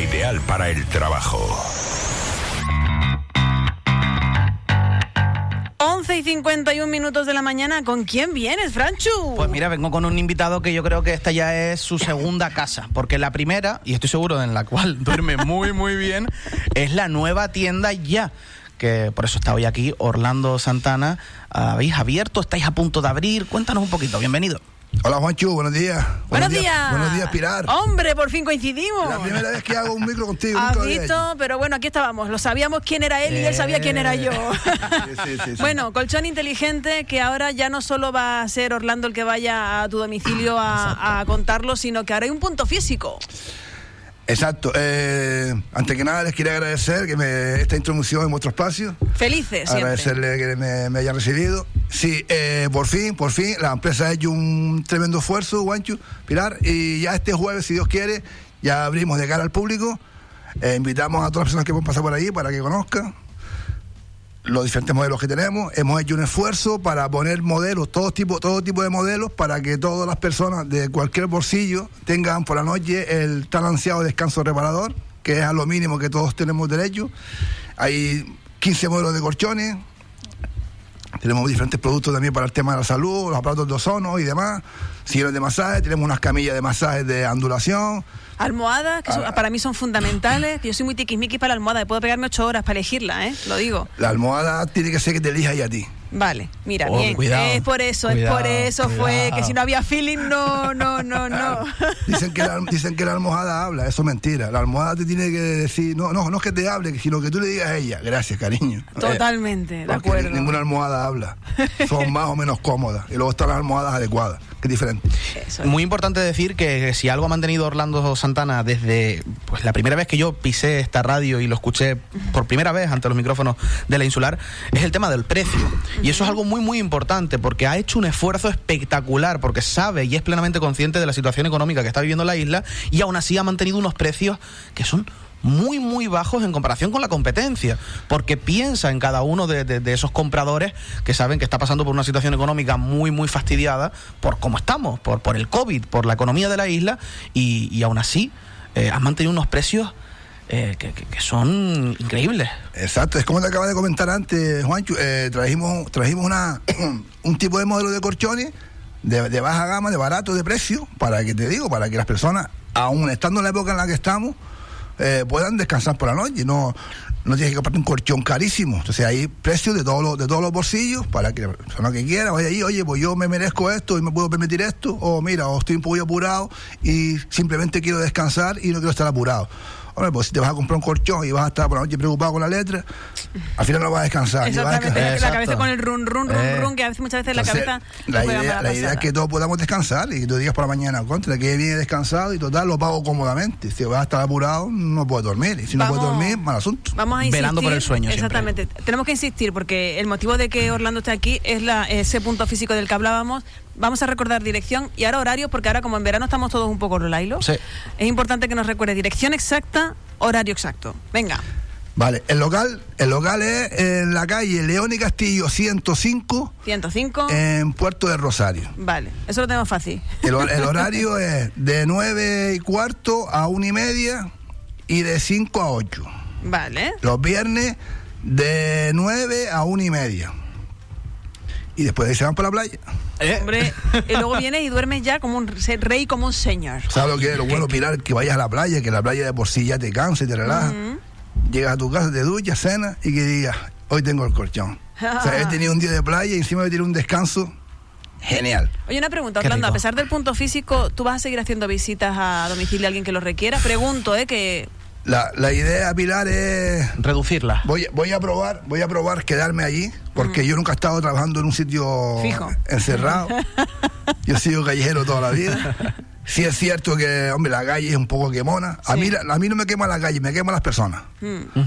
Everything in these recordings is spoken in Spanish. ideal para el trabajo. 11 y 51 minutos de la mañana. ¿Con quién vienes, Franchu? Pues mira, vengo con un invitado que yo creo que esta ya es su segunda casa, porque la primera, y estoy seguro en la cual duerme muy muy bien, es la nueva tienda ya. Que por eso está hoy aquí Orlando Santana. Habéis abierto, estáis a punto de abrir. Cuéntanos un poquito, bienvenido. Hola Juanchu, buenos días. Buenos, días. Oh. Buenos días, Pilar. Hombre, por fin coincidimos. La primera vez que hago un micro contigo. Has nunca lo había hecho. visto, pero bueno, aquí estábamos. Lo sabíamos quién era él y él sabía quién era yo. sí, sí, sí. Bueno, colchón inteligente que ahora ya no solo va a ser Orlando el que vaya a tu domicilio a, a contarlo, sino que ahora hay un punto físico. Exacto. eh, antes que nada les quería agradecer que me, esta introducción en vuestro espacio. Felices. siempre. Agradecerle que me, me haya recibido. Sí, eh, por fin, por fin, la empresa ha hecho un tremendo esfuerzo, Juanchu, Pilar, y ya este jueves, si Dios quiere, ya abrimos de cara al público. Eh, invitamos a todas las personas que puedan pasar por allí para que conozcan los diferentes modelos que tenemos. Hemos hecho un esfuerzo para poner modelos, todo tipo, todo tipo de modelos, para que todas las personas de cualquier bolsillo tengan por la noche el tan ansiado descanso reparador, que es a lo mínimo que todos tenemos derecho. Hay 15 modelos de colchones. Tenemos diferentes productos también para el tema de la salud, los aparatos de ozono y demás, sillones de masaje, tenemos unas camillas de masaje de ondulación, Almohadas, que son- Ah. para mí son fundamentales. que Yo soy muy tiquismiquis para la almohada. y Puedo pegarme ocho horas para elegirla, ¿eh? Lo digo. la almohada tiene que ser que te elija y a ti. Vale, mira, Oh, bien. cuidado. es por eso, es Cuidado, por eso fue cuidado. Eh, que si no había feeling, no, no, no, no. Dicen que, la, dicen que la almohada habla, eso es mentira. La almohada te tiene que decir, no, no, no es que te hable, sino que tú le digas a ella, gracias, cariño. Eh, Totalmente, de Porque acuerdo. Ninguna almohada habla. Son más o menos cómodas. Y luego están las almohadas adecuadas, que es diferente. Eso es. Muy importante decir que si algo ha mantenido Orlando Santana desde pues, la primera vez que yo pisé esta radio y lo escuché por primera vez ante los micrófonos de la insular, es el tema del precio. Y eso es algo muy, muy importante porque ha hecho un esfuerzo espectacular, porque sabe y es plenamente consciente de la situación económica que está viviendo la isla y aún así ha mantenido unos precios que son muy, muy bajos en comparación con la competencia, porque piensa en cada uno de, de- de esos compradores que saben que está pasando por una situación económica muy, muy fastidiada por cómo estamos, por, por el COVID, por la economía de la isla, y, y aún así eh, han mantenido unos precios eh, que, que- que son increíbles. Exacto, es como te acabas de comentar antes, Juancho. eh, trajimos trajimos una, un tipo de modelo de colchones de, de baja gama, de barato, de precio, para que te digo, para que las personas, aún estando en la época en la que estamos, eh, puedan descansar por la noche. No, no tienes que comprarte un colchón carísimo. Entonces hay precios de todos los, de todos los bolsillos para que la persona que quiera vaya ahí, oye, pues yo me merezco esto y me puedo permitir esto, o mira, o estoy un poco apurado y simplemente quiero descansar y no quiero estar apurado. Hombre, pues si te vas a comprar un colchón y vas a estar por la noche preocupado con la letra, al final no vas a descansar. y vas a Exactamente, la- descansar. la Exacto. cabeza con el run, run, run, Eh. run, que a veces muchas veces la Entonces, cabeza. la no pega idea, mala la idea pasada. es que todos podamos descansar y que tú digas por la mañana contra que viene descansado y total lo pago cómodamente. Si vas a estar apurado, no puedes dormir. Y si no puedes Vamos. dormir, mal asunto. Vamos a insistir. Velando por el sueño siempre. Exactamente. Tenemos que insistir porque el motivo de que Orlando esté aquí es la, ese punto físico del que hablábamos. Vamos a recordar dirección y ahora horarios porque ahora como en verano estamos todos un poco rolailos. Sí. Es importante que nos recuerde dirección exacta, horario exacto. Venga. Vale, el local, el local es en la calle León y Castillo 105 Eh, 105. en Puerto de Rosario. Vale, eso lo tenemos fácil. El, hor- el horario es de 9 y cuarto a 1 y media y de 5 a 8. Vale. Los viernes de 9 a 1 y media. Y después de ahí se van para la playa. Hombre, y luego vienes y duermes ya como un se- rey, como un señor. ¿Sabes lo que es? Lo bueno, Pilar, que vayas a la playa, que la playa de por sí ya te cansa y te relaja. Llegas a tu casa, te duchas, cenas y que digas, hoy tengo el colchón. o sea, he tenido un día de playa y encima he tenido un descanso genial. Oye, una pregunta, Qué Orlando, a rico. pesar del punto físico, ¿tú vas a seguir haciendo visitas a domicilio a alguien que lo requiera? Pregunto, ¿eh? Que... La, la idea, Pilar, es... Reducirla. Voy, voy a probar, voy a probar quedarme allí, porque yo nunca he estado trabajando en un sitio Mm. Fijo. encerrado. yo he sido callejero toda la vida. Sí es cierto que, hombre, la calle es un poco quemona. A, Sí. Mm. mí, la- a mí no me quema la calle, me queman las personas.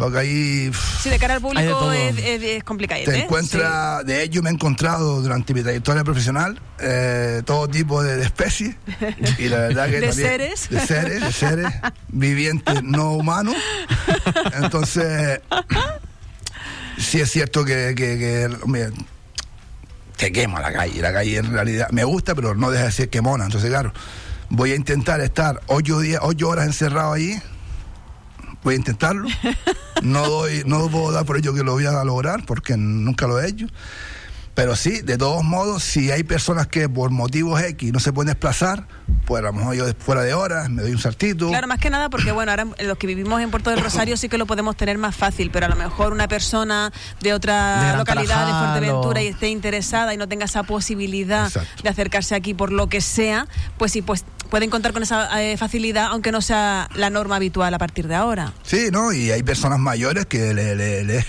Porque ahí... pff, Si de cara al Hay de público todo. es, es, es complicado. Te ¿eh? encuentra, de hecho me he encontrado durante mi trayectoria profesional eh, todo tipo de, de especies y la verdad que De también- seres. de seres, de seres vivientes no humanos. Entonces sí es cierto que, que- que, hombre, te quema la calle, la calle en realidad me gusta pero no deja de ser quemona, entonces claro voy a intentar estar ocho días, ocho horas encerrado allí voy a intentarlo. No doy, no puedo dar por ello que lo voy a lograr, porque nunca lo he hecho. Pero sí, de todos modos, si hay personas que por motivos X no se pueden desplazar, pues a lo mejor yo fuera de horas me doy un sartito. Claro, más que nada porque, bueno, ahora los que vivimos en Puerto del Rosario sí que lo podemos tener más fácil, pero a lo mejor una persona de De otra Gran localidad, de Tarajal Fuerteventura, o- y esté interesada y no tenga esa posibilidad Exacto. de acercarse aquí por lo que sea, pues sí, pues pueden contar con esa eh, facilidad, aunque no sea la norma habitual a partir de ahora. Sí, ¿no? Y hay personas mayores que le- le- le-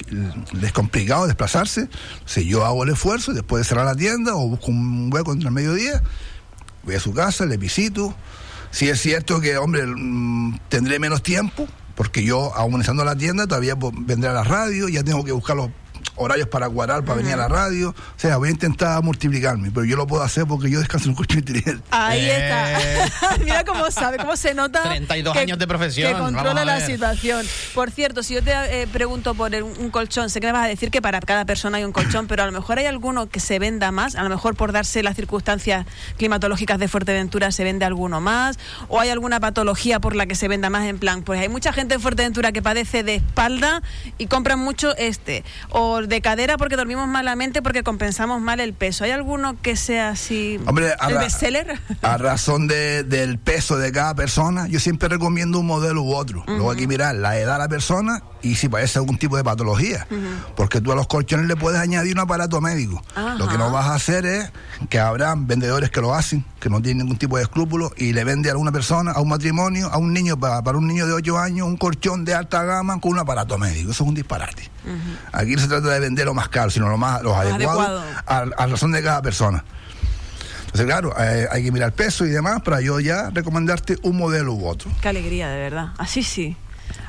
les es complicado desplazarse. Si yo hago el esfuerzo, después de cerrar la tienda o busco un hueco entre el mediodía, voy a su casa, le visito. Si es cierto que, hombre, mm, tendré menos tiempo, porque yo, aún estando en la tienda, todavía pues, vendré a la radio, ya tengo que buscar los horarios para guardar, para venir a la radio. O sea, voy a intentar multiplicarme, pero yo lo puedo hacer porque yo descanso en un coche inteligente. Ahí Eh. está. Mira cómo sabe, cómo se nota. 32 años de profesión, Que controla vamos a la ver. situación. Por cierto, si yo te eh, pregunto por el- un colchón, sé que me vas a decir que para cada persona hay un colchón, pero a lo mejor hay alguno que se venda más, a lo mejor por darse las circunstancias climatológicas de Fuerteventura se vende alguno más, o hay alguna patología por la que se venda más en plan, pues hay mucha gente en Fuerteventura que padece de espalda y compran mucho este, o de cadera porque dormimos malamente porque compensamos mal el peso. ¿Hay alguno que sea así Hombre, a, el ra- bestseller? a razón de- del peso de cada persona, yo siempre recomiendo un modelo u otro. Luego hay que mirar la edad de la persona y si padece algún tipo de patología. Porque tú a los colchones le puedes añadir un aparato médico. Ajá. Lo que no vas a hacer es que habrán vendedores que lo hacen, que no tienen ningún tipo de escrúpulo y le vende a una persona, a un matrimonio, a un niño, para, para un niño de 8 años, un colchón de alta gama con un aparato médico. Eso es un disparate. Aquí no se trata de vender lo más caro, sino lo más, los adecuados adecuado. a, a razón de cada persona. Entonces, claro, eh, hay que mirar peso y demás para yo ya recomendarte un modelo u otro. Qué alegría, de verdad. Así sí.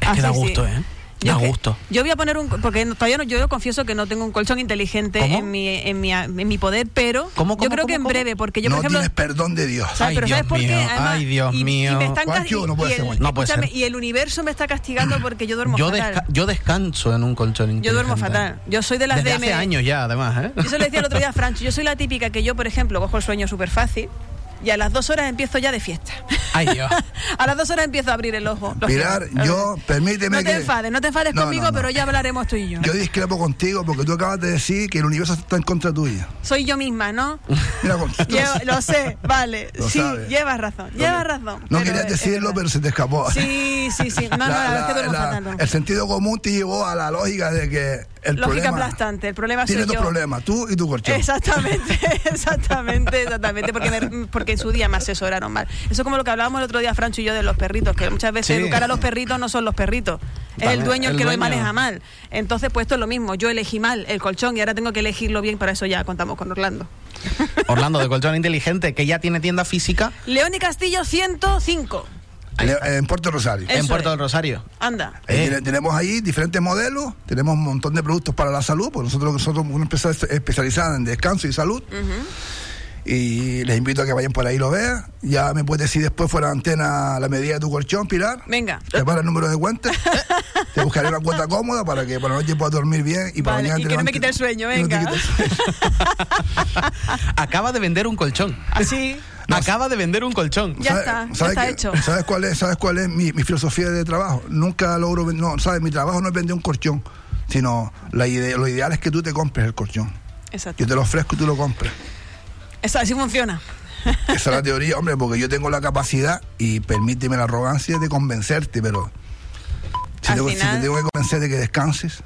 que Así da sí. gusto, ¿eh? Da es que- gusto. Yo voy a poner un. Porque no- todavía no, yo confieso que no tengo un colchón inteligente ¿Cómo? en mi, en, mi, en mi poder, pero ¿Cómo, cómo, yo creo cómo, que en cómo? breve, porque yo, no por ejemplo. tienes perdón de Dios. ¿sabes? Ay, Pero Dios ¿sabes por qué? mío, Además, ay, Dios y- y mío. me están Juancho, casti- no puede y ser, el- Juancho. No puede escúchame, ser. Y el universo me está castigando porque yo duermo Yo, fatal. desca- yo descanso en un colchón Yo duermo inteligente. fatal. Yo soy de las Desde de hace años ya, además, ¿eh? Yo se lo decía el otro día a Francho. Yo soy la típica que yo, por ejemplo, cojo el sueño súper fácil y a las dos horas empiezo ya de fiesta. Ay, Dios. a las dos horas empiezo a abrir el ojo. Lo Pilar, siento. yo, permíteme No te que- enfades, no te enfades No, no, conmigo, no. pero ya hablaremos tú y yo. Yo discrepo contigo porque tú acabas de decir que el universo está en contra tuya. Soy yo misma, ¿no? Mira, con- tú- Llevo- lo sé, vale. Lo sí, sabe. llevas razón, Lo llevas que- razón. No pero querías es- es decirlo, verdad. pero se te escapó. Sí, sí, sí. No, no, la, La- verdad es que la- duermo la- fatal. no. El sentido común te llevó a la lógica de que el Lógica problema... aplastante, el problema soy Tiene dos yo. problemas, tú y tu colchón. Exactamente, exactamente, exactamente, porque, me- porque en su día me asesoraron mal. Eso es como lo que hablábamos el otro día, Francho y yo, de los perritos, que muchas veces Sí. educar a los perritos no son los perritos, es También, el dueño el, el que lo dueño. maneja mal. Entonces, pues esto es lo mismo, yo elegí mal el colchón y ahora tengo que elegirlo bien, para eso ya contamos con Orlando. Orlando, de colchón inteligente, que ya tiene tienda física León y Castillo 105, Le- En Puerto Rosario. Eso en Puerto es. del Rosario. anda. Ahí Eh. tiene- tenemos ahí diferentes modelos, tenemos un montón de productos para la salud, porque nosotros somos una empresa es- especializada en descanso y salud. Y les invito a que vayan por ahí y lo vean. Ya me puedes decir después fuera de antena la medida de tu colchón, Pilar. Venga. Prepara el número de guantes. Te buscaré una cuota cómoda para que por la noche puedas dormir bien y para Vale, mañana y te que no me levantes- quite el sueño, y no te venga. quite el sueño. Acaba de vender un colchón. Así. Acaba de vender un colchón. Ya ¿Sabe- está, ya sabe está qué- hecho. ¿Sabes cuál es, sabes cuál es mi, mi filosofía de trabajo? Nunca logro, ven- no, ¿sabes? Mi trabajo no es vender un colchón, sino la ide- lo ideal es que tú te compres el colchón. Exacto. Yo te lo ofrezco y tú lo compras. Eso, así funciona. Esa es la teoría, hombre, porque yo tengo la capacidad y permíteme la arrogancia de convencerte, pero si, Al tengo- si final- te tengo que convencer de que descanses,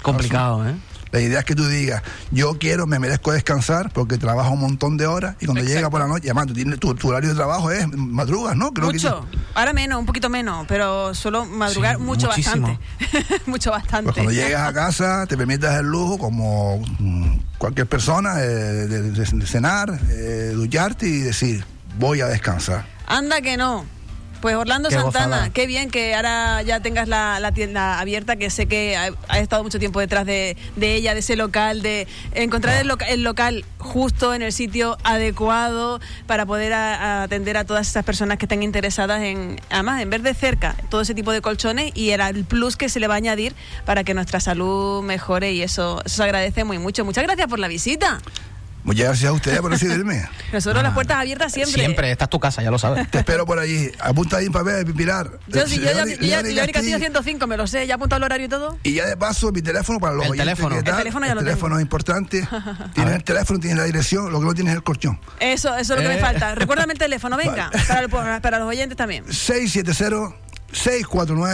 Complicado, ¿eh? la idea es que tú digas, yo quiero, me merezco descansar porque trabajo un montón de horas y cuando llega Exacto. por la noche, además, tú tienes, tu, tu horario de trabajo es madrugas, ¿no? Creo que mucho. Ahora menos, un poquito menos, pero suelo madrugar Sí, mucho, muchísimo. bastante. mucho, bastante. Pues cuando llegas a casa, te permitas el lujo, como mm, cualquier persona, eh, de, de- de cenar, eh, ducharte y decir, voy a descansar. Anda que no. Pues Orlando Qué Santana, gozada. qué bien que ahora ya tengas la, la tienda abierta, que sé que ha- has estado mucho tiempo detrás de, de ella, de ese local, de encontrar Ah. el, loca- el local justo en el sitio adecuado para poder a- a atender a todas esas personas que estén interesadas en, además, en ver de cerca todo ese tipo de colchones y era el plus que se le va a añadir para que nuestra salud mejore y eso, eso se agradece muy mucho. Muchas gracias por la visita. Muchas gracias a ustedes por recibirme. Nosotros las puertas abiertas siempre. Ah, Siempre, esta es tu casa, ya lo sabes. Te espero por allí. Apunta ahí en papel, Pilar. Yo sí, yo ya, yo ya- Leoni yo ahorita estoy Castillo. a 105, me lo sé, ya he apuntado el horario y todo. Y ya de paso, mi teléfono para los El oyentes teléfono. que El tal, teléfono ya lo el teléfono tengo. es importante. tienes el teléfono, tienes la dirección. Lo que no tienes es el colchón. Eso, eso es lo que Eh. me falta. Recuérdame el teléfono, venga, Vale. para, el- para- para los oyentes también.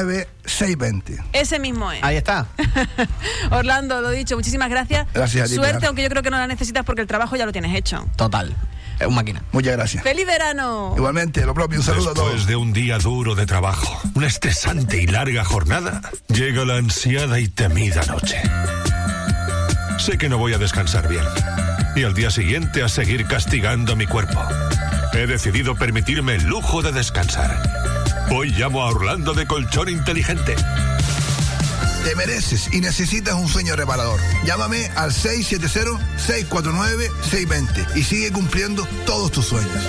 670-649-620. Ese mismo es. Ahí está. Orlando, lo dicho, muchísimas gracias. Gracias a ti, Suerte, Pilar. aunque yo creo que no la necesitas porque el trabajo ya lo tienes hecho. Total. Es una máquina. Muchas gracias. ¡Feliz verano! Igualmente, lo propio. Un saludo a todos. Después de un día duro de trabajo, una estresante y larga jornada, llega la ansiada y temida noche. Sé que no voy a descansar bien. Y al día siguiente a seguir castigando a mi cuerpo. He decidido permitirme el lujo de descansar. Hoy llamo a Orlando de Colchón Inteligente. Te mereces y necesitas un sueño reparador. Llámame al 670-649-620 y sigue cumpliendo todos tus sueños.